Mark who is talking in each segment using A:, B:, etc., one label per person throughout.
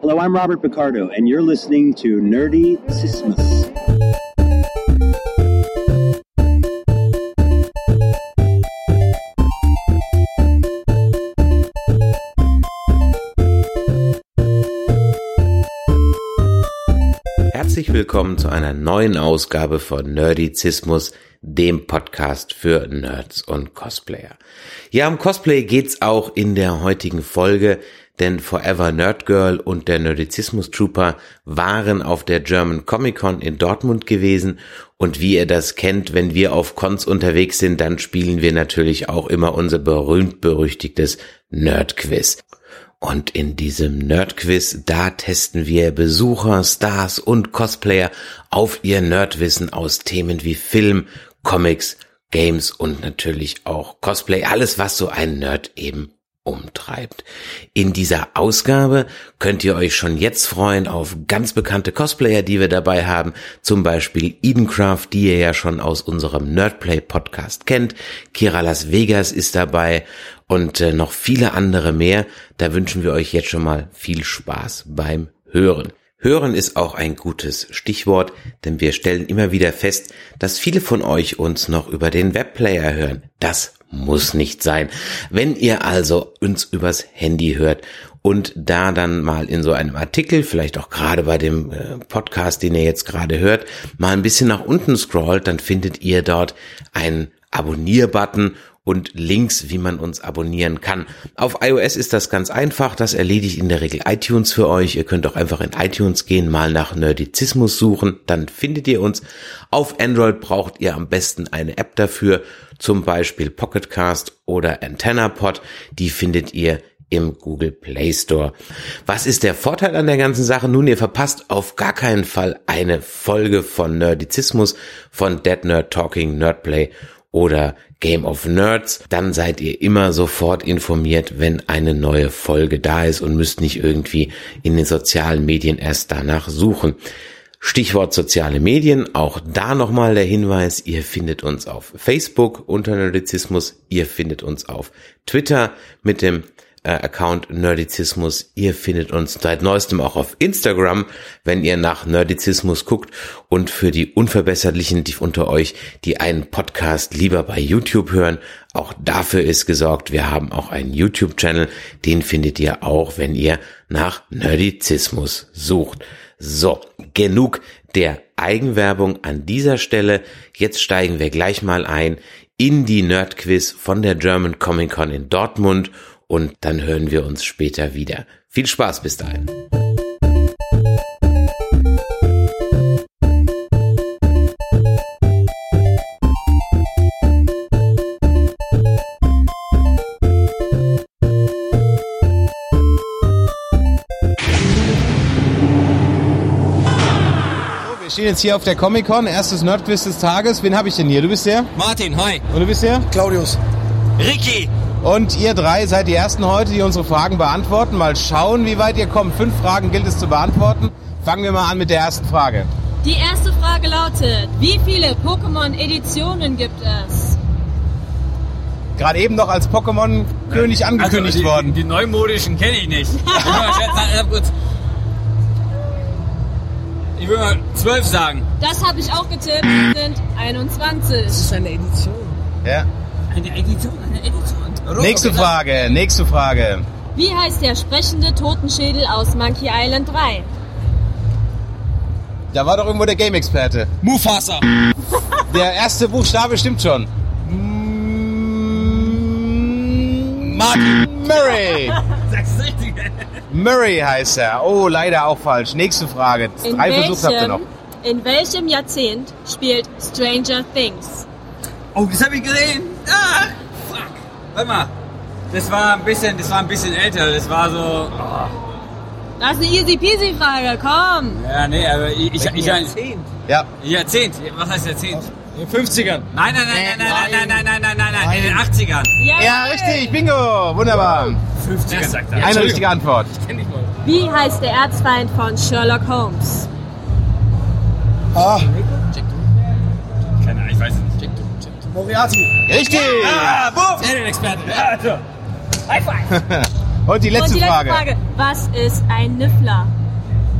A: Hello, I'm Robert Picardo, and you're listening to Nerdy Sismus.
B: Herzlich willkommen zu einer neuen Ausgabe von Nerdizismus, dem Podcast für Nerds und Cosplayer. Ja, um Cosplay geht's auch in der heutigen Folge, denn Forever Nerd Girl und der Nerdizismus Trooper waren auf der German Comic Con in Dortmund gewesen und wie ihr das kennt, wenn wir auf Cons unterwegs sind, dann spielen wir natürlich auch immer unser berühmt-berüchtigtes Nerd Quiz. Und in diesem Nerdquiz, da testen wir Besucher, Stars und Cosplayer auf ihr Nerdwissen aus Themen wie Film, Comics, Games und natürlich auch Cosplay. Alles, was so ein Nerd eben umtreibt. In dieser Ausgabe könnt ihr euch schon jetzt freuen auf ganz bekannte Cosplayer, die wir dabei haben. Zum Beispiel Edencraft, die ihr ja schon aus unserem Nerdplay Podcast kennt. Kira Las Vegas ist dabei und äh, noch viele andere mehr. Da wünschen wir euch jetzt schon mal viel Spaß beim Hören. Hören ist auch ein gutes Stichwort, denn wir stellen immer wieder fest, dass viele von euch uns noch über den Webplayer hören. Das muss nicht sein. Wenn ihr also uns übers Handy hört und da dann mal in so einem Artikel, vielleicht auch gerade bei dem äh, Podcast, den ihr jetzt gerade hört, mal ein bisschen nach unten scrollt, dann findet ihr dort einen Abonnier-Button und Links, wie man uns abonnieren kann. Auf iOS ist das ganz einfach. Das erledigt in der Regel iTunes für euch. Ihr könnt auch einfach in iTunes gehen, mal nach Nerdizismus suchen. Dann findet ihr uns. Auf Android braucht ihr am besten eine App dafür. Zum Beispiel Pocketcast oder AntennaPod. Die findet ihr im Google Play Store. Was ist der Vorteil an der ganzen Sache? Nun, ihr verpasst auf gar keinen Fall eine Folge von Nerdizismus, von Dead Nerd Talking, Nerdplay oder Game of Nerds, dann seid ihr immer sofort informiert, wenn eine neue Folge da ist und müsst nicht irgendwie in den sozialen Medien erst danach suchen. Stichwort soziale Medien, auch da nochmal der Hinweis, ihr findet uns auf Facebook unter Nerdizismus, ihr findet uns auf Twitter mit dem äh, Account Nerdizismus. Ihr findet uns seit neuestem auch auf Instagram, wenn ihr nach Nerdizismus guckt. Und für die Unverbesserlichen die unter euch, die einen Podcast lieber bei YouTube hören, auch dafür ist gesorgt. Wir haben auch einen YouTube-Channel. Den findet ihr auch, wenn ihr nach Nerdizismus sucht. So, genug der Eigenwerbung an dieser Stelle. Jetzt steigen wir gleich mal ein in die Nerdquiz von der German Comic Con in Dortmund und dann hören wir uns später wieder. Viel Spaß bis dahin.
C: Wir stehen jetzt hier auf der Comic-Con, erstes Nerdquiz des Tages. Wen habe ich denn hier? Du bist der?
D: Martin, hi.
C: Und du bist der?
E: Claudius.
D: Ricky.
C: Und ihr drei seid die ersten heute, die unsere Fragen beantworten. Mal schauen, wie weit ihr kommt. Fünf Fragen gilt es zu beantworten. Fangen wir mal an mit der ersten Frage.
F: Die erste Frage lautet, wie viele Pokémon-Editionen gibt es?
C: Gerade eben noch als Pokémon-König angekündigt
D: also, die,
C: worden.
D: Die neumodischen kenne ich nicht. ich hab kurz- ich würde mal zwölf sagen.
F: Das habe ich auch getippt, es sind 21.
E: Das ist eine Edition.
C: Ja.
D: Eine Edition, eine Edition.
C: Nächste Frage, nächste Frage.
F: Wie heißt der sprechende Totenschädel aus Monkey Island 3?
C: Da war doch irgendwo der Game-Experte.
D: Mufasa.
C: Der erste Buchstabe stimmt schon.
D: Martin.
C: Murray.
D: 66.
C: Murray heißt er. Oh, leider auch falsch. Nächste Frage.
F: In
C: Drei Versuche habt ihr noch.
F: in welchem Jahrzehnt spielt Stranger Things?
D: Oh, das habe ich gesehen. Ah, fuck. Warte mal. Das war ein bisschen, das war ein bisschen älter. Das war so.
F: Das ist eine easy peasy Frage, komm.
D: Ja, nee, aber ich, ich, ich, ich
E: Jahrzehnt.
C: Ja,
D: Jahrzehnt. Was heißt Jahrzehnt?
G: In den 50ern.
D: Nein, nein, nein, nein, nein, nein, nein, nein, nein, nein, nein. In den 80ern.
C: Ja, richtig, bingo, wunderbar.
D: 50ern. sagt er.
C: Eine richtige Antwort.
F: Wie heißt der Erzfeind von Sherlock Holmes?
E: Ah,
D: Keine Ahnung, ich weiß es nicht.
E: Moriarty.
C: Richtig!
D: Ah, boom! Serienexperte. Also, High five.
C: Und die letzte,
F: Und die letzte
C: Frage.
F: Frage. Was ist ein Niffler?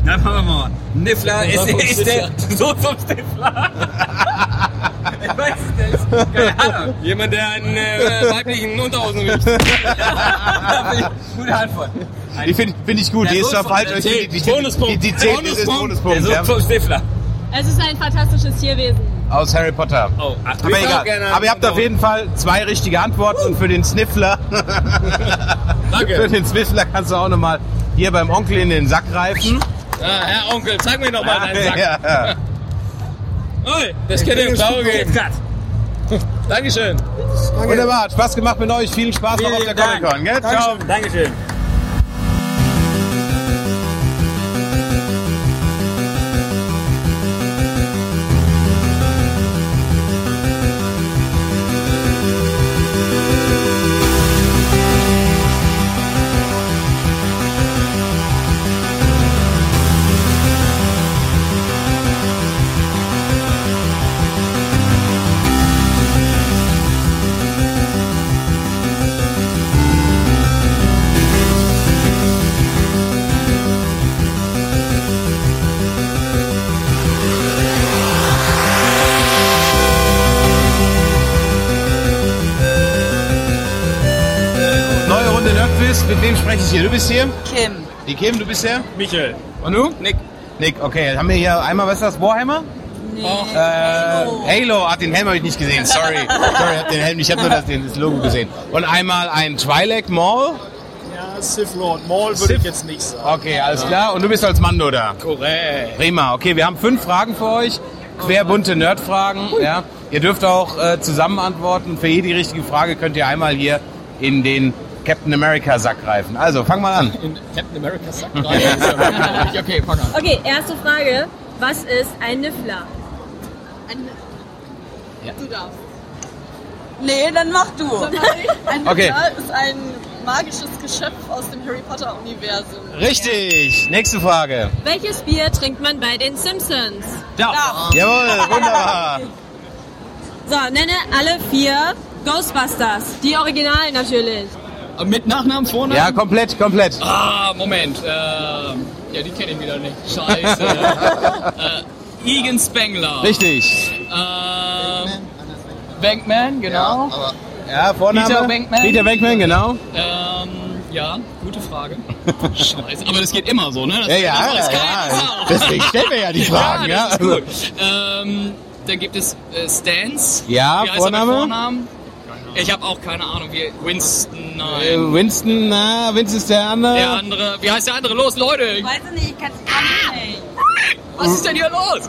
D: Na, machen wir mal. Niffler ist, ist der so zum Niffler. ich weiß es nicht. Keine Ahnung.
G: Jemand, der einen äh, weiblichen Unterhosen riecht.
D: Gute Antwort. Ein
C: Die finde find ich gut.
D: Der
C: Die ist zwar
D: Sohn
C: falsch.
D: von-
C: aber ich finde die, die,
G: Bonuspunkt.
C: Die, die, zählt, das ist
D: der
C: Bonuspunkt.
D: so
C: Ja.
D: zum Stifler.
F: Es ist ein fantastisches Tierwesen.
C: Aus Harry Potter.
D: Oh, ach,
C: Aber egal. Aber ihr habt auf jeden Fall zwei richtige Antworten. Und für den Sniffler, für
G: Danke.
C: den Sniffler kannst du auch nochmal hier beim Onkel in den Sack greifen.
G: Ja, Herr Onkel, zeig mir doch mal deinen Sack.
C: Ah, Ja, ja.
G: Oi, das könnte im Blau geben. Dankeschön.
C: Wunderbar. Hat Spaß gemacht mit euch. Viel Spaß noch auf der
D: Vielen
C: Comic Con. Gell?
D: Dank.
C: Ciao.
D: Dankeschön. Dankeschön.
C: Neue Runde Nerdquiz. Mit wem spreche ich hier? Du bist hier?
H: Kim.
C: Die Kim, du bist hier?
G: Michael.
C: Und du?
G: Nick.
C: Nick, okay. Haben wir hier einmal, was ist das? Warhammer?
H: Nee.
C: Äh, Halo, hat den Helm habe ich nicht gesehen, sorry. Sorry, hab den Helm, ich habe nur das, das Logo gesehen. Und einmal ein Twi'lek Maul.
I: Ja, Sith Lord. Maul würde ich jetzt nicht sagen.
C: Okay, alles klar. Und du bist als Mando da.
G: Korrekt.
C: Prima. Okay, wir haben fünf Fragen für euch. Querbunte Nerdfragen. Ja. Ihr dürft auch äh, zusammen antworten. Für jede richtige Frage könnt ihr einmal hier in den Captain America Sack greifen. Also, fang mal an.
G: In Captain America sagt gerade. okay, fang an.
F: Okay, erste Frage. Was ist ein Niffler?
H: Ein- Du darfst. Nee, dann mach du. Ein
C: Okay.
H: Portal ist ein magisches Geschöpf aus dem Harry Potter Universum.
C: Richtig. Nächste Frage.
F: Welches Bier trinkt man bei den Simpsons?
C: Da. Jawohl, wunderbar.
F: So, nenne alle vier Ghostbusters. Die Originalen natürlich.
G: Äh, Mit Nachnamen, Vornamen?
C: Ja, komplett, komplett.
G: Ah, Moment. Äh, ja, die kenne ich wieder nicht. Scheiße. äh, Egan Spengler.
C: Richtig.
G: Äh, Bankman, genau.
C: Ja, Vorname?
G: Peter Venkman.
C: Peter Venkman, genau.
G: Ähm, ja, gute Frage. Scheiße, aber das geht immer so, ne? Das,
C: Ja, ja,
G: das weiß
C: ja,
G: keine
C: ja.
G: Sau.
C: Deswegen stellen wir ja die Fragen,
G: ja. Das
C: ja.
G: Ist gut. Ähm, dann gibt es äh, Stans.
C: Ja,
G: wie heißt Er
C: Vorname?
G: mit Vornamen? Ich habe auch keine Ahnung, wie Winston,
C: Äh,
G: nein.
C: Winston, na, Winston ist der andere.
G: Der andere, wie heißt der andere? Los, Leute!
H: Weiß ich nicht, ich kann es nicht.
G: Was ist denn hier los?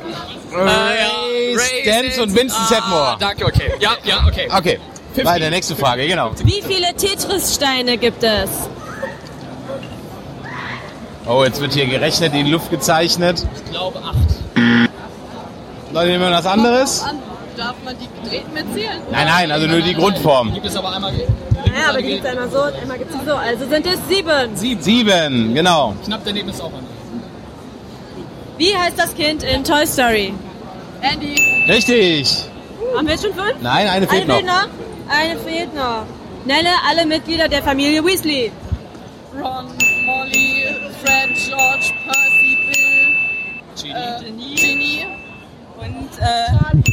C: Ray, Stantz und Winston
G: Sedmore.
C: Sedmore.
G: Ah, danke, okay. Ja, ja, okay.
C: Okay, weiter, nächste Frage, genau.
F: Wie viele Tetris-Steine gibt es?
C: Oh, jetzt wird hier gerechnet, in Luft gezeichnet.
G: Ich glaube acht.
C: Leute, nehmen wir was anderes?
H: An, darf man die gedrehten mitzählen?
C: Nein, nein, also nur die
G: Die
C: Grundform.
G: Gibt es aber einmal.
F: Naja, aber die gibt es einmal so und einmal gibt es so. Also sind es sieben.
C: Sieben, genau.
G: Knapp daneben ist auch einer.
F: Wie heißt das Kind in Toy Story?
H: Andy,
C: Richtig.
F: Haben wir schon fünf?
C: Nein, eine fehlt
F: Eine fehlt
C: noch.
F: noch. Eine fehlt noch. Nenne alle Mitglieder der Familie Weasley.
H: Ron, Molly, Fred, George, Percy, Bill, Ginny, äh, Ginny.
J: Und äh,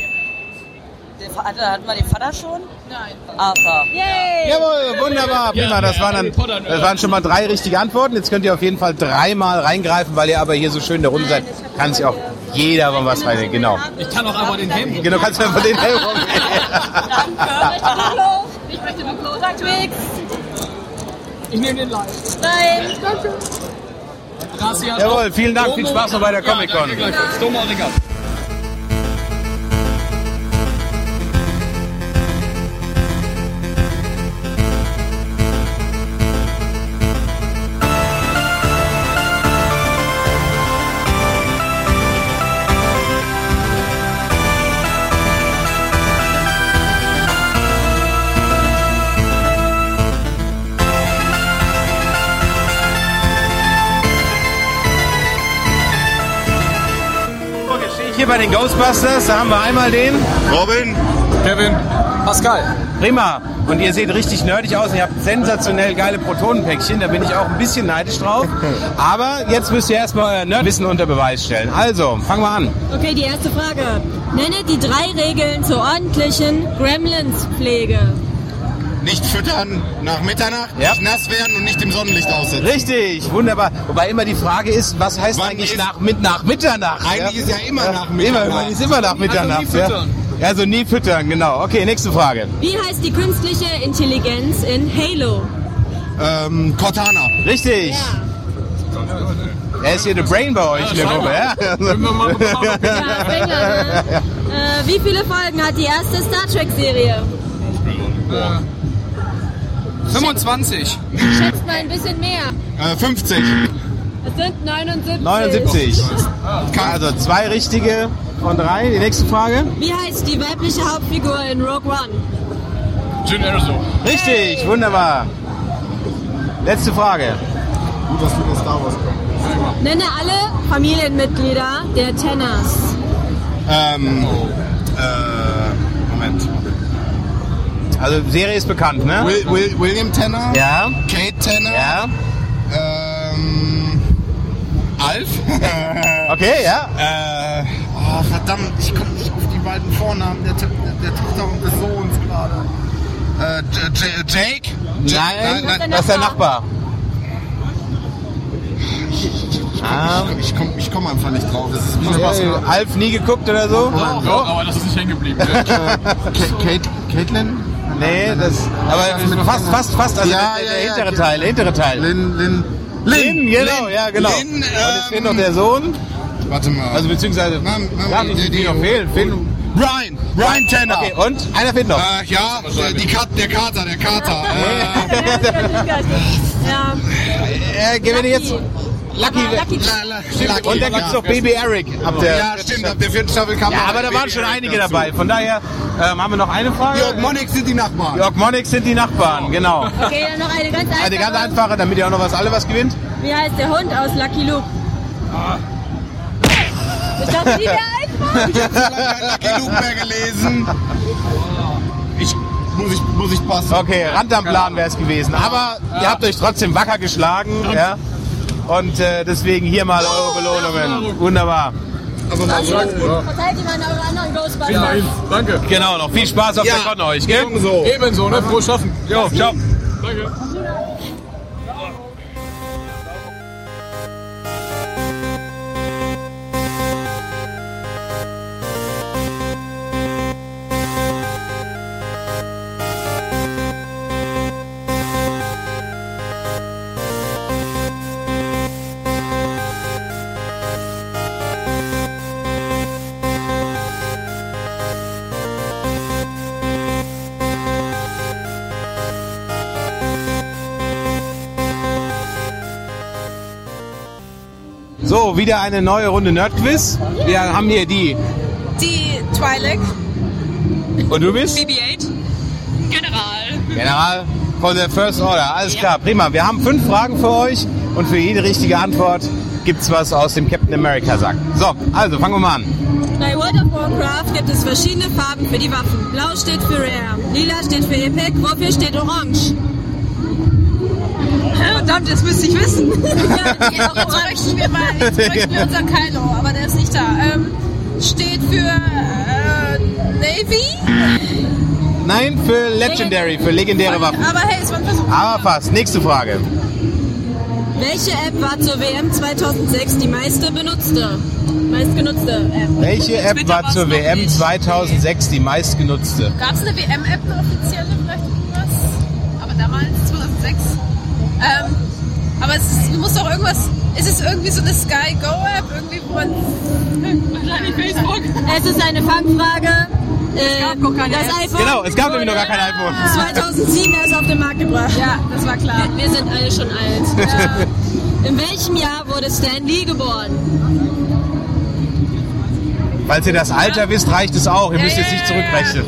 J: der Vater, hatten wir den Vater schon?
H: Nein.
J: Arthur.
F: Yay!
C: Jawohl, wunderbar, prima. Das waren, dann, das waren schon mal drei richtige Antworten. Jetzt könnt ihr auf jeden Fall dreimal reingreifen, weil ihr aber hier so schön in der Runde seid. Kann sich auch jeder von was reinigen, genau.
G: Ich kann auch einfach den Helm
C: Genau, kannst du mir von den Helm
H: Ich möchte nur Klo. Sagt Wix.
G: Ich nehme den live.
H: Nein.
G: Gracias.
C: Jawohl, vielen Dank, viel Spaß noch bei der Comic-Con.
G: Stummer, Digga.
C: Hier bei den Ghostbusters, da haben wir einmal den.
E: Robin,
G: Kevin. Pascal.
C: Prima. Und ihr seht richtig nerdig aus. Ihr habt sensationell geile Protonenpäckchen. Da bin ich auch ein bisschen neidisch drauf. Aber jetzt müsst ihr erstmal euer Nerdwissen unter Beweis stellen. Also, fangen wir an.
F: Okay, die erste Frage. Nenne die drei Regeln zur ordentlichen Gremlins-Pflege.
K: Nicht füttern nach Mitternacht,
C: Ja.
K: nicht nass werden und nicht im Sonnenlicht aussetzen.
C: Richtig, wunderbar. Wobei immer die Frage ist, was heißt
K: Wann
C: eigentlich
K: ist-
C: nach, mit, nach Mitternacht?
K: Eigentlich ist ja immer nach Mitternacht.
C: Immer, immer, ist immer nach Mitternacht.
G: Also nie füttern.
C: Ja. Also nie füttern, genau. Okay, nächste Frage.
F: Wie heißt die künstliche Intelligenz in Halo?
K: Ähm, Cortana.
C: Richtig. Er ist hier der Brain bei euch in der Gruppe, ja?
F: Ja, Finger, ne? äh, wie viele Folgen hat die erste Star Trek-Serie?
G: 25.
F: Schätzt mal ein bisschen mehr.
K: Äh, 50.
F: Es sind 79.
C: 79. Also zwei richtige von drei. Die nächste Frage.
F: Wie heißt die weibliche Hauptfigur in Rogue One?
G: Jyn Erso.
C: Richtig, wunderbar. Letzte Frage.
I: Gut, dass du mit Star Wars kommst.
F: Nenne alle Familienmitglieder der Tenners.
K: Ähm, äh, Moment.
C: Also Serie ist bekannt, ne?
K: Will, Will, William Tanner?
C: Ja.
K: Kate Tanner?
C: Ja.
K: Ähm, Alf?
C: Okay, ja.
K: äh, oh, verdammt, ich komme nicht auf die beiden Vornamen der, To- der Tochter und des Sohns gerade. Äh, J J Jake? J
C: Nein,
F: nein.
C: das ist der Nachbar. Ah.
K: Ich komme ich komm einfach nicht drauf. Das ist
C: Äh, Alf nie geguckt oder so?
G: Oh, aber das ist nicht hängen geblieben. ne?
K: Kate, Äh, Kate, Caitlin?
C: Nee, das. Aber fast, fast, fast. Also
K: Ja,
C: der,
K: ja,
C: der
K: ja,
C: hintere
K: genau.
C: Teil, der hintere Teil.
K: Lin, Lin.
C: Lin, genau, ja, genau.
K: Lin,
C: Und es fehlt noch
K: ähm,
C: der Sohn.
K: Warte mal.
C: Also beziehungsweise.
K: Na, na,
C: Ja, die, die, die noch fehlen. fehlen.
K: Brian, Brian Tanner.
C: Okay, und? Einer fehlt noch.
K: Äh, ja, äh, die Kat der Kater, der Kater. äh,
F: Ja,
C: Äh, gewinne jetzt. Lucky.
F: aber Lucky
K: la, la, Lucky,
C: Und dann
K: ja.
C: gibt es noch Baby Eric. Ab der
K: Ja, stimmt, ab der vierten Staffel kam
C: Ja,
K: noch
C: aber
K: ein
C: da waren
K: Baby
C: schon
K: Eric
C: einige
K: dazu.
C: dabei. Von daher ähm, haben wir noch eine Frage.
K: Jörg Monnig sind die Nachbarn.
C: Jörg Monix sind die Nachbarn, genau.
F: Okay, dann noch eine ganz einfache.
C: Eine ganz einfache, damit ihr auch noch was alle was gewinnt.
F: Wie heißt der Hund aus Lucky Luke? Ich dachte, die wäre einfach.
K: Lucky Luke mehr gelesen. Ich, muss ich, muss ich passen.
C: Okay, Rand am Plan wäre es gewesen. Aber ihr habt euch trotzdem wacker geschlagen. Ja? Und äh, deswegen hier mal eure Belohnungen. Wunderbar.
K: Also,
F: Verteilt die mal an eure anderen Ghostbusters.
G: Danke.
C: Genau, noch viel Spaß auf der Con euch. Gell?
K: So.
G: Ebenso, ne? Frohes Schaffen.
C: Jo, ciao.
G: Danke.
C: So, wieder eine neue Runde Nerdquiz. Wir haben hier die.
J: Die Twi'lek,
C: Und du bist?
J: BB-8. General.
C: General von der First Order. Alles klar, prima. Wir haben fünf Fragen für euch und für jede richtige Antwort gibt's was aus dem Captain America Sack. So, also fangen wir mal an.
F: Bei World of Warcraft gibt es verschiedene Farben für die Waffen. Blau steht für Rare, lila steht für Epic, wofür steht Orange?
J: Verdammt, das müsste ich wissen.
H: Jetzt bräuchten wir mal, jetzt bräuchten wir unseren Kylo, aber der ist nicht da. Ähm, steht für äh, Navy,
C: Nein, für Legendary, für legendäre Waffen.
H: aber hey, es war ein Versuch.
C: Aber fast. Nächste Frage.
F: Welche App war zur WM 2006 die meiste benutzte? Meistgenutzte App.
C: Welche App war zur WM 2006 die meistgenutzte?
H: Gab es eine WM-App, eine offizielle vielleicht irgendwas? Aber damals, 2006. Ähm, aber es ist- muss doch irgendwas, ist es irgendwie so eine Sky Go App, irgendwie, wo man. Wahrscheinlich Facebook.
F: Es ist eine Fangfrage. Äh,
H: gab noch keine
F: das
H: Apps.
F: iPhone
C: Genau, es gab nämlich noch gar kein iPhone.
F: 2007 erst auf den Markt gebracht.
H: Ja, das war klar.
F: Wir sind alle schon alt.
H: Ja.
F: In welchem Jahr wurde Stan Lee geboren?
C: Falls ihr das Alter wisst, reicht es auch. Ihr müsst jetzt nicht zurückrechnen.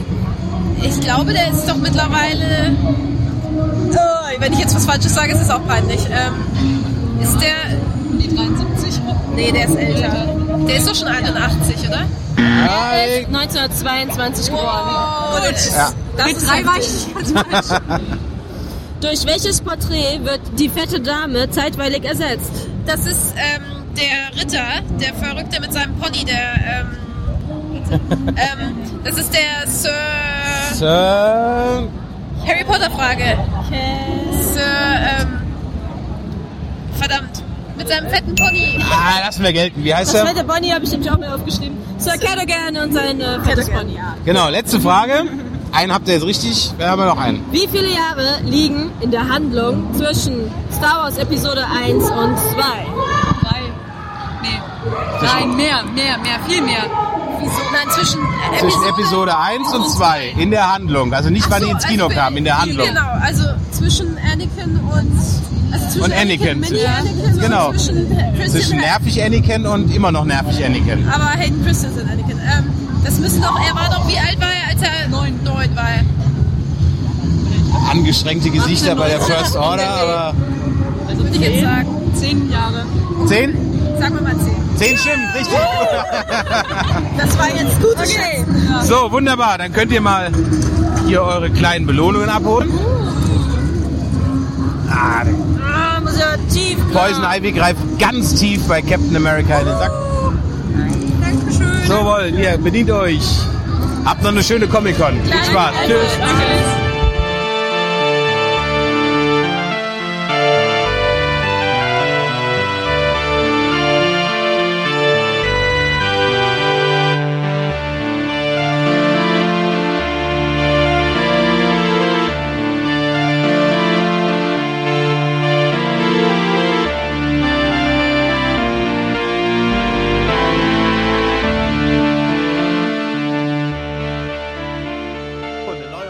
H: Ich glaube, der ist doch mittlerweile. Oh, wenn ich jetzt was Falsches sage, ist es auch peinlich. Ähm, ist der. Die 73? Nee, der ist älter. Der ist doch schon 81, oder?
C: Ja,
F: 1922 geboren.
H: Oh, das ist
C: Ja.
F: Das
H: Mit
F: ist
H: drei
F: ein-
H: war ich-
F: Durch welches Porträt wird die fette Dame zeitweilig ersetzt?
H: Das ist ähm, der Ritter, der Verrückte mit seinem Pony, der. Ähm, ähm, das ist der Sir.
C: Sir.
H: Harry Potter-Frage. Sir. Ähm, verdammt. Mit seinem fetten Pony.
C: Ah, lassen wir gelten. Wie heißt
F: das
C: er?
F: fette Bonnie habe ich nämlich auch mir aufgeschrieben. Sir Cadogan und sein äh, fettes Bonnie.
C: Genau, letzte Frage. Einen habt ihr jetzt richtig. Wir haben noch einen.
F: Wie viele Jahre liegen in der Handlung zwischen Star Wars Episode 1 und 2?
L: Drei. Nee. Nein, mehr, mehr, mehr, viel mehr.
H: Wieso? Nein, zwischen.
C: Zwischen Episode 1 und 2 in der Handlung. Also nicht, wann die ins Kino kamen, in der Handlung.
H: Genau, also zwischen Anakin und. Also zwischen
C: Und Anakin.
H: Mini Anakin
C: Genau.
H: und zwischen Christian
C: Zwischen nervig Anakin und immer noch nervig Anakin.
H: Aber Hayden Christensen, Anakin. Ähm, das müssen doch, er war doch, wie alt war er, als er neun, neun war? er?
C: Angestrengte Gesichter bei der First Order, aber...
L: Also
H: Würde ich jetzt sagen.
L: Zehn Jahre.
C: Zehn?
H: Sagen wir mal zehn.
C: Zehn stimmt, richtig.
H: Das war jetzt gut.
L: Okay.
C: So, wunderbar. Dann könnt ihr mal hier eure kleinen Belohnungen abholen. Ah, der
F: Ah, muss ja tief.
C: Poison Ivy greift ganz tief bei Captain America in den Sack.
H: Dankeschön.
C: So wollen, ihr bedient euch. Habt noch eine schöne Comic-Con. Viel Spaß. Tschüss.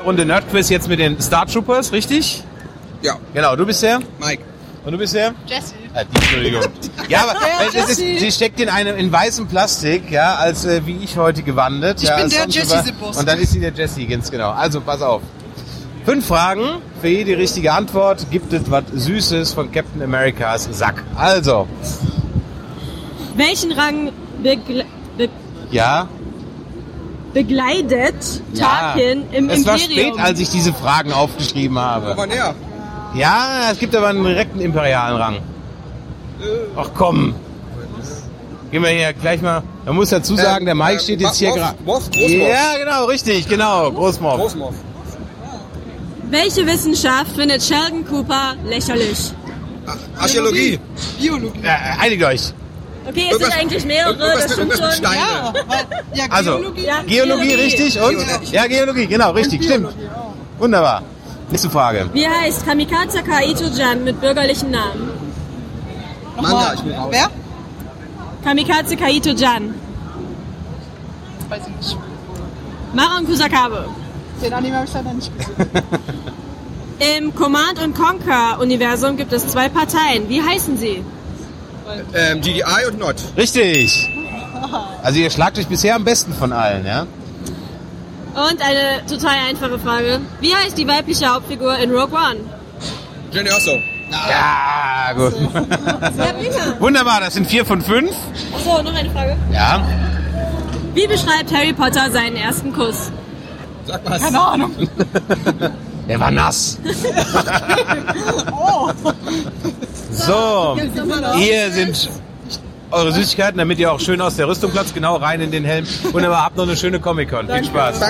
C: Runde Nerdquiz jetzt mit den Star Troopers, richtig?
M: Ja.
C: Genau, du bist der?
M: Mike.
C: Und du bist der?
H: Jesse.
C: Ah, die, Entschuldigung. ja, aber
M: Ja,
C: es ist,
M: Jesse.
C: sie steckt in einem in weißem Plastik, ja, als äh, wie ich heute gewandet.
M: Ich
C: ja,
M: bin
C: als
M: der
C: sonst
M: Jesse
C: über-
M: Sebastian.
C: Und dann ist sie der Jesse, ganz genau. Also pass auf. Fünf Fragen. Für jede richtige Antwort gibt es was Süßes von Captain Americas Sack. Also,
F: Welchen Rang begle be
C: ja.
F: begleitet
C: ja.
F: Tarkin im
C: es war
F: Imperium?
C: spät, also- als ich diese Fragen aufgeschrieben habe.
M: Aber näher.
C: Ja, es gibt aber einen direkten imperialen Rang. Ach komm. Gehen wir hier gleich mal. Man muss dazu sagen, der Mike steht jetzt hier gerade.
M: Moff, Großmoff.
C: Ja, genau, richtig, genau. Großmoff.
M: Großmoff.
F: Welche Wissenschaft findet Sheldon Cooper lächerlich?
M: Archäologie.
C: Biologie. Äh, einigt euch.
F: Okay, es sind eigentlich mehrere,
M: irgendwas
F: das
M: mit-
F: stimmt
M: irgendwas
F: schon.
M: mit Steine.
F: Ja,
C: Also,
F: Ja,
C: Geologie, richtig? Und? Ja, Geologie, genau, richtig, stimmt. Wunderbar. Nächste Frage.
F: Wie heißt Kamikaze Kaito Jam mit bürgerlichen Namen?
M: Manga, ich bin raus. Wer?
F: Kamikaze Kaito Jan.
L: Weiß ich nicht.
F: Maron Kusakabe.
L: Den Anime habe ich leider nicht
F: Im Command and Conquer Universum gibt es zwei Parteien. Wie heißen sie?
M: Ähm, GDI und Not.
C: Richtig. Also ihr schlagt euch bisher am besten von allen, ja?
F: Und eine total einfache Frage. Wie heißt die weibliche Hauptfigur in Rogue One?
M: Jenny Osso.
C: Ja, gut. Wunderbar, das sind vier von fünf.
F: So, noch eine Frage.
C: Ja.
F: Wie beschreibt Harry Potter seinen ersten Kuss?
M: Sag
F: mal. Keine Ahnung.
C: Der war nass.
F: oh.
C: So, hier sind eure Süßigkeiten, damit ihr auch schön aus der Rüstung platzt, genau rein in den Helm. Wunderbar, habt noch eine schöne Comic-Con. Viel Spaß.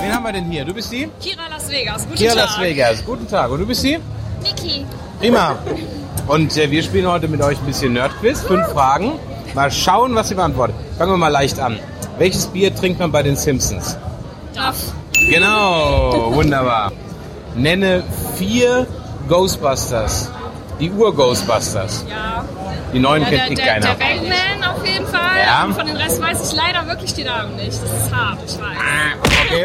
C: Wen haben wir denn hier? Du bist die?
L: Kira Las Vegas, guten
C: Kia
L: Tag.
C: Las Vegas. Guten Tag. Und du bist die?
L: Niki.
C: Prima. Und äh, wir spielen heute mit euch ein bisschen Nerdquiz. Fünf Fragen. Mal schauen, was ihr beantwortet. Fangen wir mal leicht an. Welches Bier trinkt man bei den Simpsons?
L: Darf.
C: Genau, wunderbar. Nenne vier Ghostbusters. Die Ur-Ghostbusters.
L: Ja.
C: Die neuen
H: Ja, der,
C: kennt eh
H: der,
C: keiner.
H: der Ragman auf jeden Fall.
C: Ja.
H: Und von den Rest weiß ich leider wirklich die Namen nicht. Das ist hart, ich weiß.
C: Ah, okay.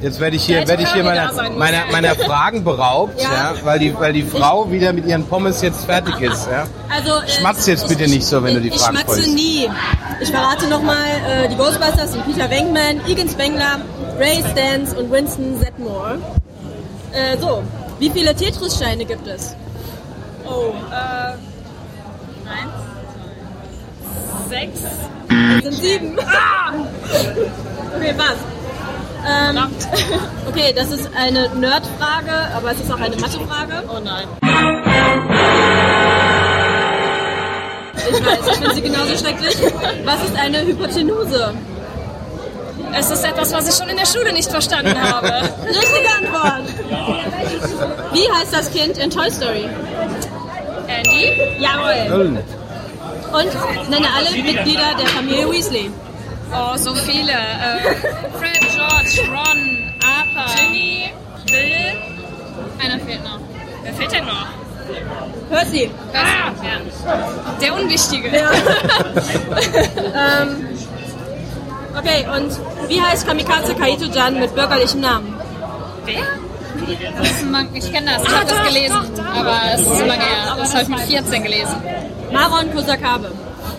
C: Jetzt werde ich hier,
H: Vielleicht
C: werde ich hier
H: Curry
C: meiner,
H: da sein muss.
C: meiner, meiner Fragen beraubt, ja.
H: Ja.
C: weil, die, weil die Frau wieder mit ihren Pommes jetzt fertig ist. Ja.
F: Also, äh,
C: Schmatz jetzt bitte nicht so, wenn du die
F: ich
C: Fragen
F: schmatze
C: vorliest.
F: nie. Ich verrate nochmal, äh, die Ghostbusters sind Peter Wengman, Egan Spengler, Ray Stans und Winston Zedmore. Äh, so, wie viele Tetris-Steine gibt es?
H: Oh, äh. Eins, sechs. Ah!
F: Das sind sieben. Okay, was? Ähm, okay, das ist eine Nerd-Frage, aber es ist auch eine Mathe-Frage. Oh nein. Ich weiß, Also ich finde sie genauso schrecklich. Was ist eine Hypotenuse?
H: Es ist etwas, was ich schon in der Schule nicht verstanden habe.
F: Richtige Antwort. Wie heißt das Kind in Toy Story?
H: Andy?
F: Jawohl. Und nenne alle Mitglieder der Familie Weasley.
H: Oh, so viele. Äh, Fred, George, Ron, Arthur, Ginny, Bill. Einer fehlt noch. Wer fehlt denn noch?
F: Percy.
H: Ah, ja. Der Unwichtige.
F: ähm, okay, und wie heißt Kamikaze Kaito Jan mit bürgerlichem Namen?
H: Wer? Ah, Das ist ein Mang ich kenne das, ich habe das gelesen. Aber es ist so lange her. Das habe ich mit 14 gelesen.
F: Maron Kusakabe.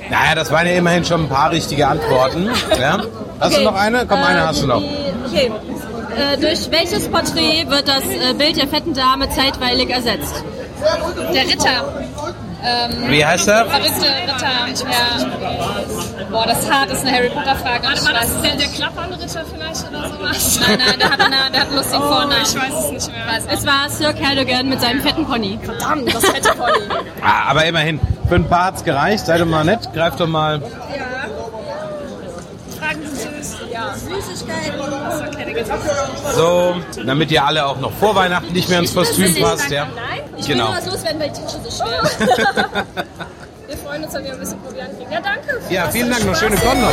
C: Naja, das waren ja immerhin schon ein paar richtige Antworten. Ja. Hast
F: Okay,
C: du noch eine? Komm,
F: äh,
C: eine hast du noch.
H: Ähm,
F: die- Okay. Äh, durch welches Porträt wird das äh, Bild der fetten Dame zeitweilig ersetzt?
H: Der Ritter. Ähm,
C: Wie heißt er?
H: Verrückte Ritter. Ja. Boah, das ist hart, das ist eine Harry Potter-Frage. Warte mal, das ist der, der Klappernritter vielleicht oder sowas? Nein, nein, der hat, eine, der hat einen lustigen
F: Oh,
H: Vornamen.
F: ich weiß
H: es nicht mehr.
F: Es war Sir Cadogan mit seinem fetten Pony. Verdammt, das fette Pony.
C: Ah, aber immerhin, für ein paar hat's gereicht. Sei doch mal nett, greif doch mal.
H: Fragen sind süß. Ja.
F: Süßigkeiten.
C: So, damit ihr alle auch noch vor Weihnachten nicht mehr ins Kostüm passt. Ja.
H: Ich
C: Genau.
H: will nur was loswerden, weil die Tische so schnell. Wir freuen uns, wenn wir ein bisschen Proviant kriegen. Ja, danke.
C: Ja,
H: Was
C: vielen
H: für
C: Dank, noch
H: Spaß.
C: schöne Bonn noch.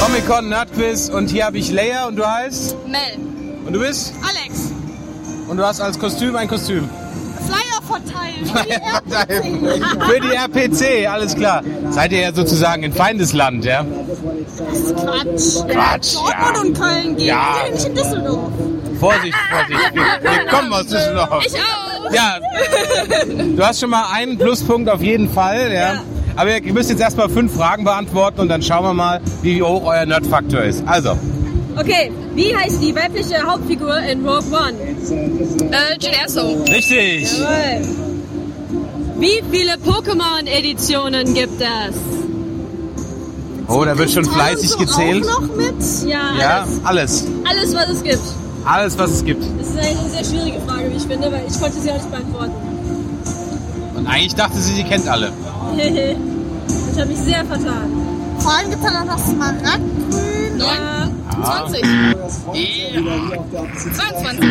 C: Comic-Con Nerdquiz und hier habe ich Leia und du heißt?
N: Mel.
C: Und du bist?
N: Alex.
C: Und du hast als Kostüm ein Kostüm.
N: Flyer verteilen.
C: Für die RPC, alles klar. Seid ihr ja sozusagen in Feindesland, ja?
N: Quatsch.
C: Quatsch,
N: Dortmund
C: ja.
N: und Köln gehen.
C: Ja.
N: Wir sind nicht in Düsseldorf.
C: Vorsicht, Vorsicht. Wir, wir kommen aus Düsseldorf.
N: Ich auch.
C: Ja. Du hast schon mal einen Pluspunkt auf jeden Fall, ja? Aber ihr müsst jetzt erstmal fünf Fragen beantworten und dann schauen wir mal, wie hoch euer Nerdfaktor ist. Also,
F: Okay, wie heißt die weibliche Hauptfigur in Rogue One? Äh, Jyn Erso.
C: richtig.
F: Jawohl. Wie viele Pokémon-Editionen gibt es?
C: Oh, da wird schon fleißig gezählt.
F: mit? Ja,
C: Ja,
F: Alles,
C: alles.
F: alles, was es gibt.
C: Alles, was es gibt.
F: Das ist eine sehr schwierige Frage, wie ich finde, weil ich konnte sie auch nicht beantworten.
C: Und eigentlich dachte sie, sie kennt alle.
F: ich habe mich sehr vertan.
N: Vor allem gibt es dann auch noch Smaragdgrün.
F: Ja.
C: Ja.
N: 20.
H: 22.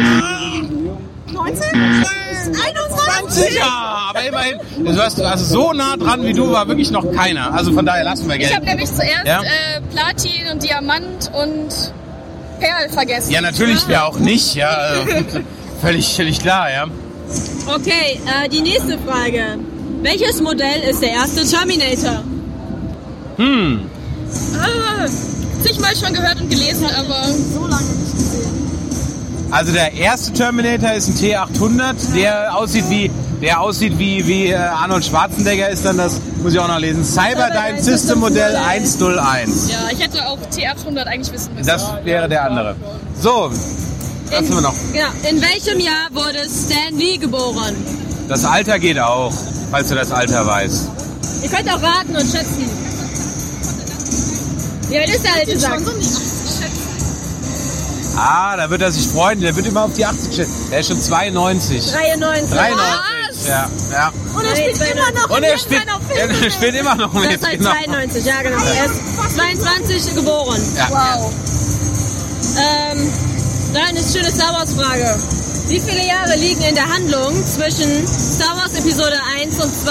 N: 19? 21.
C: Ja, aber immerhin. Du hast, also so nah dran wie du war wirklich noch keiner. Also von daher lassen wir
H: Ich habe
C: Geld.
H: nämlich zuerst
C: Ja?
H: äh, Platin und Diamant und Perl vergessen. Ah.
C: Ja, natürlich, wer auch nicht. Ja, also, völlig, völlig klar, ja.
F: Okay, äh, die nächste Frage. Welches Modell ist der erste Terminator?
C: Hm.
H: Ah, zigmal schon gehört und gelesen, aber. So lange nicht gesehen.
C: Also der erste Terminator ist ein T800, der aussieht wie, der aussieht wie, wie äh, Arnold Schwarzenegger ist dann das, muss ich auch noch lesen, Cyberdyne System Modell 101.
H: Ja, ich hätte auch T800 eigentlich wissen müssen.
C: Das wäre der andere. So, was haben wir noch?
F: Ja, in welchem Jahr wurde Stan Lee geboren?
C: Das Alter geht auch, falls du das Alter weißt.
F: Ihr könnt auch raten und schätzen. Wie alt ist der alte Sack?
C: Ah, da wird er sich freuen. Der wird immer auf die 80 schätzen. Der ist schon 92.
F: 93.
C: 93. Ja, ja.
F: Und er spielt immer noch
C: Und er spielt, er spielt immer noch
F: Das
C: mit.
F: ist halt
C: genau.
F: 92, ja genau. Er ist 22 geboren.
C: Ja.
F: Wow. Ähm, dann eine schöne Star Wars Frage. Wie viele Jahre liegen in der Handlung zwischen Star Wars Episode 1 und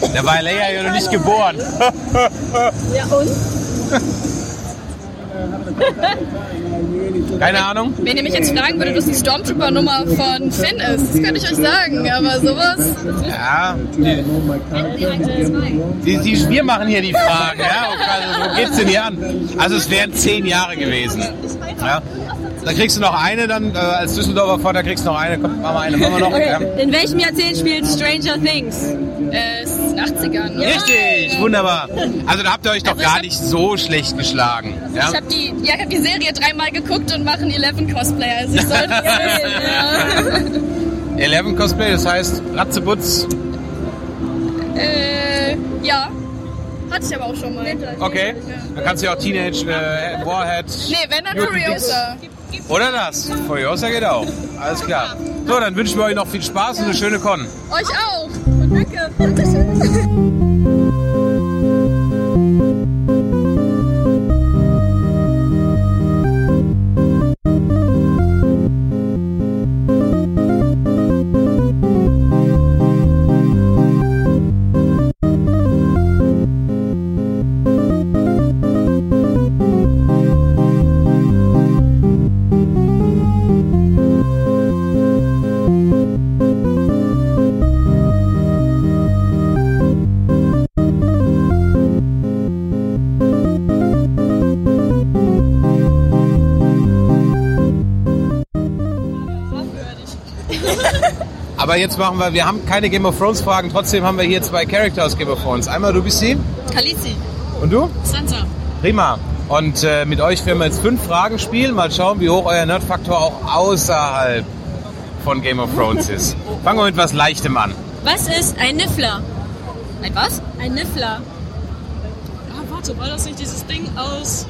F: 2?
C: Da war Leia ja noch nicht geboren.
F: Ja und?
C: Keine Ahnung.
L: Wenn ihr mich jetzt fragen würdet, was die Stormtrooper-Nummer von Finn ist, das könnte ich euch sagen, aber sowas.
C: Ja, die, die, die, wir machen hier die Fragen. Ja? Also, wo geht's denn hier an? Also es wären zehn Jahre gewesen. Ja? Da kriegst du noch eine dann, äh, als Düsseldorfer Vater kriegst du noch eine. Komm, machen wir eine, machen wir noch. Ja.
F: Okay. In welchem Jahrzehnt spielt Stranger Things?
L: Äh, es ist 80ern. ne?
C: Richtig, wunderbar. Also da habt ihr euch doch gar nicht so schlecht geschlagen. Ja?
L: Ich habe die, ja, ich hab die Serie dreimal geguckt und mache einen 11 Cosplayer. Also ich sollte ja.
C: 11 Cosplay, das heißt Ratzebutz.
L: Äh, ja. Hatte ich aber auch schon mal.
C: Okay, dann kannst du ja auch Teenage äh, Warhead.
L: Nee, wenn dann
C: Mutant
L: Furiosa.
C: Beast- Oder das. Furiosa geht auch. genau. Alles klar. So, dann wünschen wir euch noch viel Spaß und eine schöne Con.
L: Euch auch. Danke.
C: Aber jetzt machen wir, wir haben keine Game of Thrones Fragen, trotzdem haben wir hier zwei Charakter aus Game of Thrones. Einmal du bist sie
L: Kalisi.
C: und du?
L: Sansa.
C: Prima. Und äh, mit euch werden wir jetzt fünf Fragen spielen. Mal schauen, wie hoch euer Nerdfaktor auch außerhalb von Game of Thrones ist. Fangen wir mit was Leichtem an.
F: Was ist ein Niffler?
L: Ein was?
F: Ein Niffler.
O: Ah, warte, war das nicht dieses Ding aus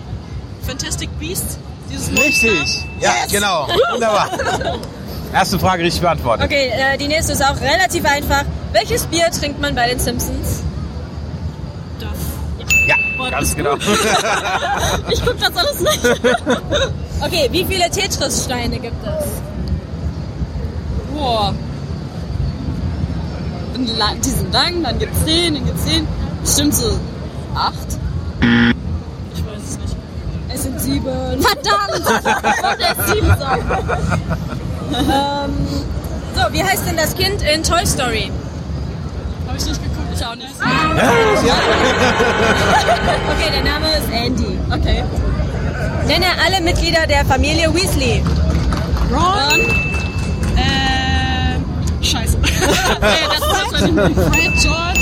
O: Fantastic Beasts? Dieses
C: Richtig. Ja, genau. Wunderbar. Erste Frage richtig beantwortet.
F: Okay, äh, die nächste ist auch relativ einfach. Welches Bier trinkt man bei den Simpsons?
C: Ja, ganz genau.
F: Ich guck das alles nicht. Okay, wie viele Tetris-Steine gibt es?
J: Boah. Und la- diesen lang, dann gibt's den, dann gibt's den. Bestimmt so acht.
O: Ich weiß es nicht.
J: Es sind sieben.
F: Verdammt! Wollte erst sieben sagen. ähm, so, wie heißt denn das Kind in Toy Story?
O: Habe ich nicht geguckt, ich auch nicht.
F: okay, der Name ist Andy. Okay. Nenne alle Mitglieder der Familie Weasley.
O: Ron?
F: äh,
O: Ähm, scheiße. nee, das ist meine Fred, George,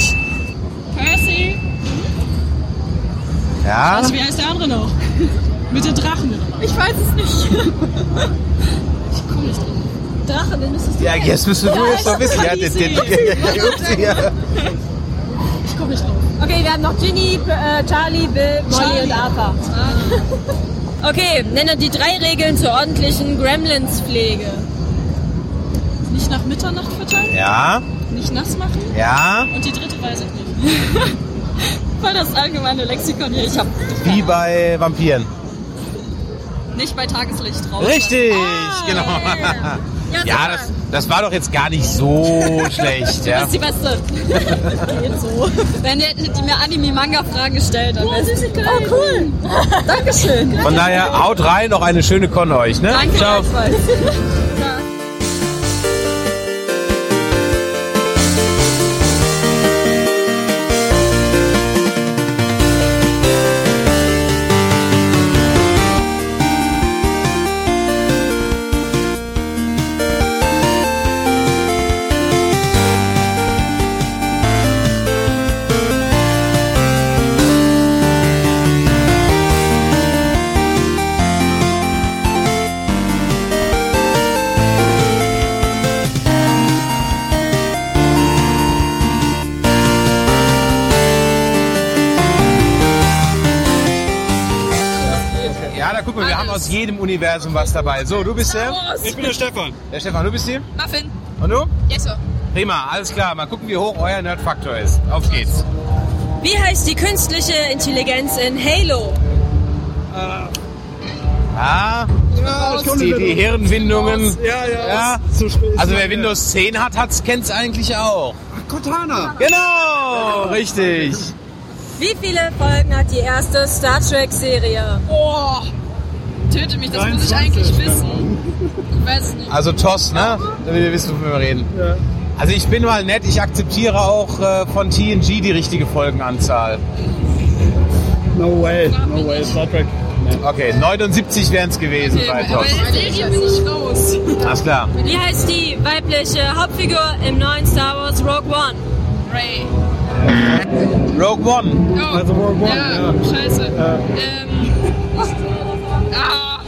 O: Percy.
C: Ja?
O: Also, wie heißt der andere noch? Mit den Drachen. Ich weiß es nicht. ich komme nicht drauf.
F: Drache, dann müsstest
C: Ja, jetzt müssen du jetzt noch wissen. Ja, den, den, ja, ja, ups, ja.
O: Ich komme nicht drauf.
F: Okay, wir haben noch Ginny, äh, Charlie, Bill, Molly
O: Charlie. Ah.
F: und Arthur. Okay, nenne die drei Regeln zur ordentlichen Gremlins-Pflege.
O: Nicht nach Mitternacht verteilen?
C: Ja,
O: Nicht nass machen?
C: ja.
O: Und die dritte weiß ich nicht.
J: Voll das allgemeine Lexikon hier. Ich hab
C: Wie bei Vampiren.
J: nicht bei Tageslicht drauf.
C: Richtig,
F: Ah.
C: genau. Ja, das, das war doch jetzt gar nicht so schlecht. Ja.
J: Das ist die beste. Geht so. Wenn ihr die mir Anime-Manga-Fragen gestellt, dann oh, Oh, cool. Dankeschön.
C: Von daher, haut rein, noch eine schöne Con euch. Ne?
J: Danke,
C: Ciao.
J: gleichfalls.
C: Ja, da guck mal, wir haben aus jedem Universum was dabei. So, du bist der?
J: Oh,
P: Ich bin der Stefan.
C: Der Stefan, du bist die?
H: Muffin.
C: Und du?
H: Yes, sir.
C: Prima, alles klar. Mal gucken, wie hoch euer Nerdfaktor ist. Auf geht's.
F: Wie heißt die künstliche Intelligenz in Halo?
C: Ah,
P: Ja,
C: die, die Hirnwindungen.
P: Ja, ja.
C: Zu spät. Also wer Windows 10 hat, hat's kennt's eigentlich auch.
F: Cortana.
C: Genau, richtig.
F: Wie viele Folgen hat die erste Star Trek-Serie?
H: Oh, töte mich, das muss ich eigentlich wissen. Ich weiß es nicht.
C: Also TOS, ne? Damit wir wissen, wovon wir reden. Also ich bin mal nett, ich akzeptiere auch äh, von TNG die richtige Folgenanzahl.
A: No way, no way, Star Trek.
C: Okay, 79 wären es gewesen bei
F: aber
C: TOS.
F: die Serie bin ich raus.
C: Alles klar.
F: Wie heißt die weibliche Hauptfigur im neuen Star Wars Rogue One? Ray.
C: Rogue One.
A: Also Rogue One.
H: Ja, scheiße. Ähm. Ah.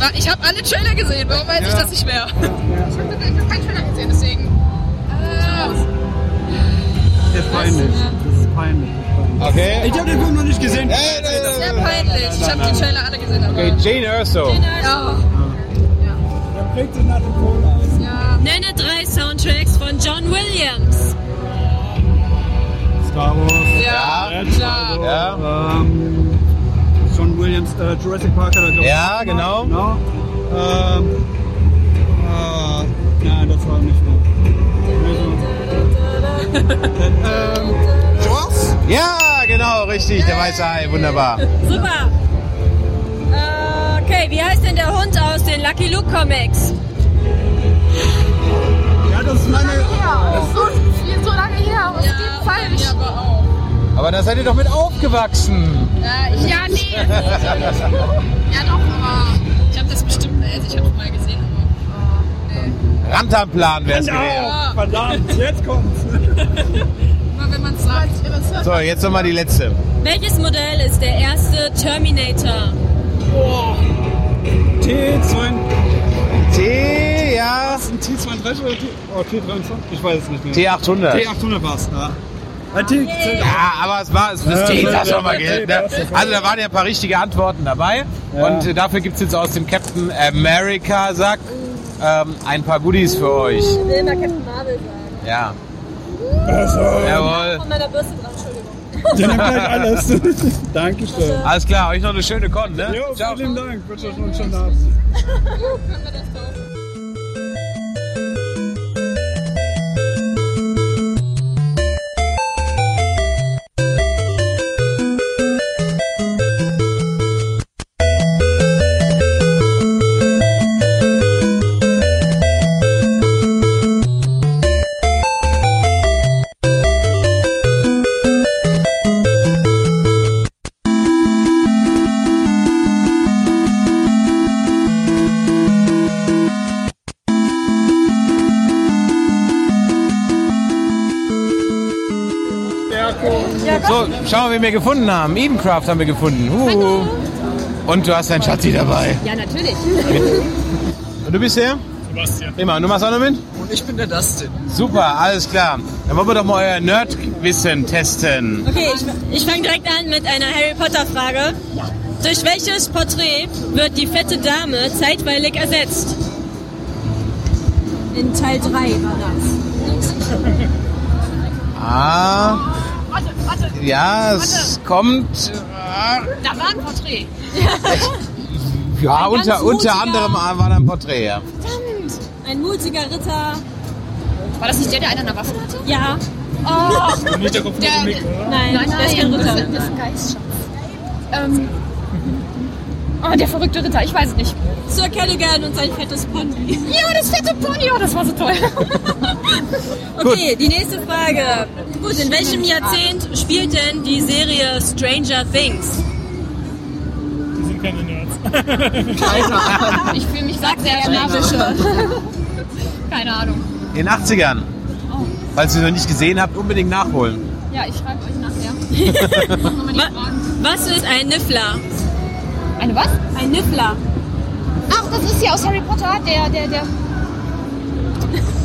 H: Wa- Ich habe alle Trailer gesehen, warum weiß ich das nicht mehr? Ich habe keinen Trailer gesehen, deswegen. Äh,
A: Das ist peinlich. Das ist peinlich.
C: Okay. Äh,
A: Ich habe den Film noch nicht gesehen.
H: Sehr peinlich. Ich habe die Trailer alle gesehen. Aber
C: Okay, äh, Jane Erso.
H: Ja.
F: Nenne drei Soundtracks von John Williams.
A: Star Wars.
H: Ja, klar.
A: Ja. Ähm, John Williams, äh, Jurassic Park hat er gemacht.
C: Ja, genau.
A: genau. Ähm, äh, nein, das war nicht mehr. ähm,
C: Jaws? Ja, genau, richtig, der weiße Hai, wunderbar.
F: Super. Äh, Okay, wie heißt denn der Hund aus den Lucky Luke Comics?
A: ja, das ist meine.
Q: Das ist so, so lange her, aber es geht falsch.
C: Aber da seid ihr doch mit aufgewachsen.
H: Äh, ja, nee. ja, doch, aber ich habe das bestimmt,
F: äh,
H: also ich habe es mal gesehen.
C: Rantanplan wär's gewesen.
H: Genau.
A: Oh, Verdammt, jetzt kommt's.
H: Immer wenn man es sagt.
C: So, jetzt nochmal die letzte.
F: Welches Modell ist der erste Terminator?
A: T2.
C: T, ja.
A: Ist ein T32 oder T, oh, T23? Ich weiß es nicht mehr.
C: T800.
A: T800 war's, ja. Ein T
C: Ja, aber es war es das
A: Ja,
C: Team,
A: ja,
C: das
A: ja,
C: schon mal
A: ja,
C: gilt.
A: ja,
C: Ne?
A: ja.
C: Also da waren ja ein paar richtige Antworten dabei.
A: Ja.
C: Und äh, dafür gibt es jetzt aus dem Captain America Sack ähm, ein paar Goodies für euch.
F: will immer Captain Marvel sagen.
C: Ja.
F: Jawohl.
A: Also,
C: Jawohl.
F: Von meiner Bürste dran, Entschuldigung.
A: Der nimmt gleich alles. Dankeschön.
C: Alles klar, euch noch eine schöne Con, ne?
A: Jo,
C: Ciao.
A: vielen Dank. Wünsche euch noch einen schönen Abend.
C: So, schauen wir, wen wir gefunden haben. Evencraft haben wir gefunden. Huhu. Und du hast deinen Schatzi dabei.
R: Ja, natürlich.
C: Und du bist der?
R: Sebastian.
C: Immer. Und du machst auch noch mit?
R: Und ich bin der Dustin.
C: Super, alles klar. Dann wollen wir doch mal euer Nerdwissen testen.
F: Okay, ich, ich fange direkt an mit einer Harry Potter Frage. Durch welches Porträt wird die fette Dame zeitweilig ersetzt? In Teil 3 war das.
C: Ah,
H: Warte, warte.
C: ja, es kommt.
H: Da war ein Porträt.
C: Ja,
F: Ein ganz
C: unter, unter
F: mutiger-
C: anderem war da ein Porträt, ja.
F: Verdammt! Ein mutiger Ritter.
H: War das nicht der, der einen an der Waffe hatte?
F: Ja.
H: Oh.
A: Nicht der Kopf
H: Der-
A: von Mick, oder?
F: Nein,
H: Nein,
F: der ist
H: nein,
F: kein Ritter.
H: das ist- das ist ein Geistschatz. Ähm. Oh, der verrückte Ritter, ich weiß es nicht.
F: Sir Callaghan und sein fettes Pony.
H: Ja, das fette Pony, oh, das war so toll.
F: Okay, die nächste Frage. Gut, in welchem Jahrzehnt spielt denn die Serie Stranger Things?
R: Die sind keine Nerds.
H: Ich fühle mich gerade sehr
F: Keine Ahnung.
H: energischer. Keine Ahnung.
C: In den 80ern.
H: Oh.
C: Falls ihr es noch nicht gesehen habt, unbedingt nachholen.
H: Ja, ich schreibe euch nachher.
F: Was ist ein Niffler?
H: Eine was?
F: Ein Niffler.
H: Ach, das ist ja aus Harry Potter, der, der, der.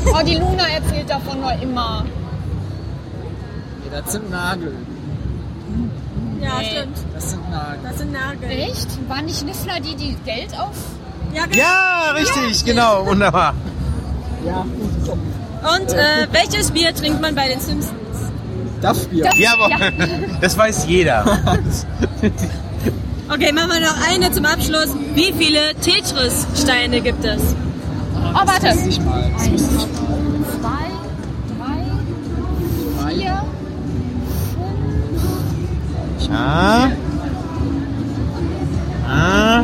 H: Oh, die Luna erzählt davon nur immer.
R: das sind Nagel.
F: Ja, stimmt. Das sind Nagel. Das sind Nagel.
L: Echt? Waren nicht Niffler die, die Geld auf?
C: Ja, ja richtig, genau, wunderbar.
F: Ja. Und äh, welches Bier trinkt man bei den Simpsons?
C: Das Bier. Das, Jawohl, ja. das weiß jeder.
F: okay, machen wir noch eine zum Abschluss. Wie viele Tetris-Steine gibt es?
L: Oh, warte. Das ich mal. Das Eins, ich mal. Zwei, drei, vier, fünf.
C: Ah.
L: Ah.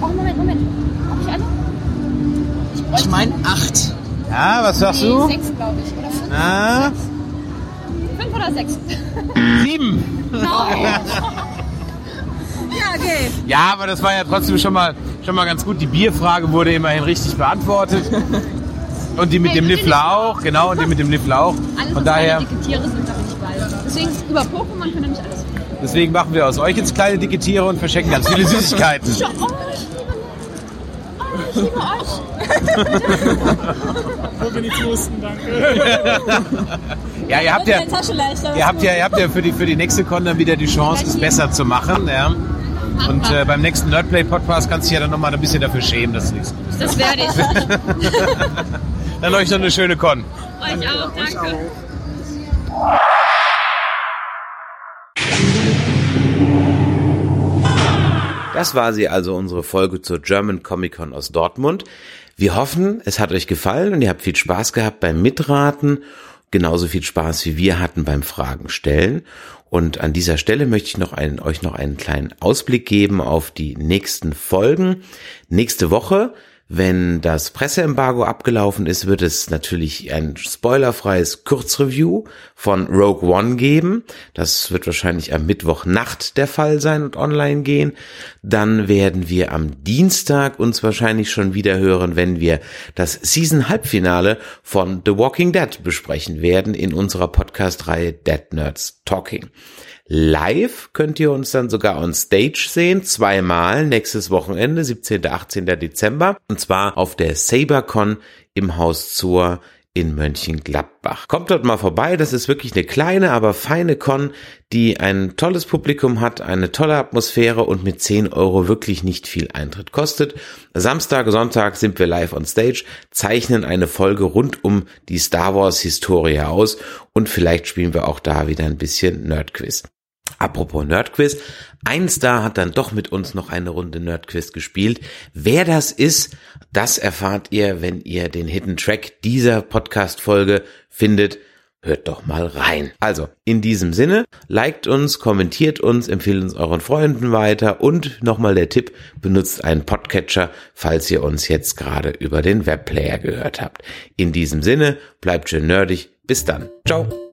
L: Oh, Moment, Moment. Hab ich alle?
O: Ich, ich meine acht.
C: Ja, was sagst
L: nee,
C: du?
L: Sechs, glaube ich. Oder fünf.
C: Ah.
L: Fünf oder sechs?
C: Sieben.
L: Nein.
F: ja, okay.
C: Ja, aber das war ja trotzdem schon mal, schon mal ganz gut. Die Bierfrage wurde immerhin richtig beantwortet. Und die mit
L: Hey,
C: dem
L: und die
C: Niffler auch, genau, und die mit dem Niffler auch.
L: Alles,
C: Von
L: was
C: daher,
L: kleine dicke Tiere sind, da bin ich bei. Deswegen über Pokémon können nämlich alles.
C: deswegen machen wir aus euch jetzt kleine dicke Tiere und verschenken ganz viele Süßigkeiten.
L: Ja, oh, ich liebe euch.
E: Wo bin ich wussten, danke.
C: ja, ihr habt
F: Wird
C: ja,
F: meine Tasche leichter.
C: ihr habt ja, ihr habt ja für die, für die nächste Con dann wieder die Chance, es besser zu machen. Ja. Und äh, beim nächsten Nerdplay Podcast kannst du dich ja dann nochmal ein bisschen dafür schämen, dass du nichts.
L: Das werde ich.
C: Dann euch noch eine schöne Con.
L: Euch auch, danke.
B: Das war sie also unsere Folge zur German Comic Con aus Dortmund. Wir hoffen, es hat euch gefallen und ihr habt viel Spaß gehabt beim Mitraten, genauso viel Spaß wie wir hatten beim Fragen stellen. Und an dieser Stelle möchte ich noch einen, euch noch einen kleinen Ausblick geben auf die nächsten Folgen. Nächste Woche, wenn das Presseembargo abgelaufen ist, wird es natürlich ein spoilerfreies Kurzreview von Rogue One geben. Das wird wahrscheinlich am Mittwochnacht der Fall sein und online gehen. Dann werden wir am Dienstag uns wahrscheinlich schon wieder hören, wenn wir das Season-Halbfinale von The Walking Dead besprechen werden in unserer Podcast-Reihe Dead Nerds Talking. Live könnt ihr uns dann sogar on Stage sehen, zweimal nächstes Wochenende, 17. 18. Dezember, und zwar auf der SaberCon im Haus zur in Mönchengladbach. Kommt dort mal vorbei, das ist wirklich eine kleine, aber feine Con, die ein tolles Publikum hat, eine tolle Atmosphäre und mit 10 Euro wirklich nicht viel Eintritt kostet. Samstag, Sonntag sind wir live on Stage, zeichnen eine Folge rund um die Star Wars Historie aus und vielleicht spielen wir auch da wieder ein bisschen Nerdquiz. Apropos Nerdquiz, ein Star hat dann doch mit uns noch eine Runde Nerdquiz gespielt. Wer das ist, das erfahrt ihr, wenn ihr den Hidden Track dieser Podcast-Folge findet. Hört doch mal rein. Also, in diesem Sinne, liked uns, kommentiert uns, empfehlt uns euren Freunden weiter und nochmal der Tipp, benutzt einen Podcatcher, falls ihr uns jetzt gerade über den Webplayer gehört habt. In diesem Sinne, bleibt schön nerdig. Bis dann. Ciao.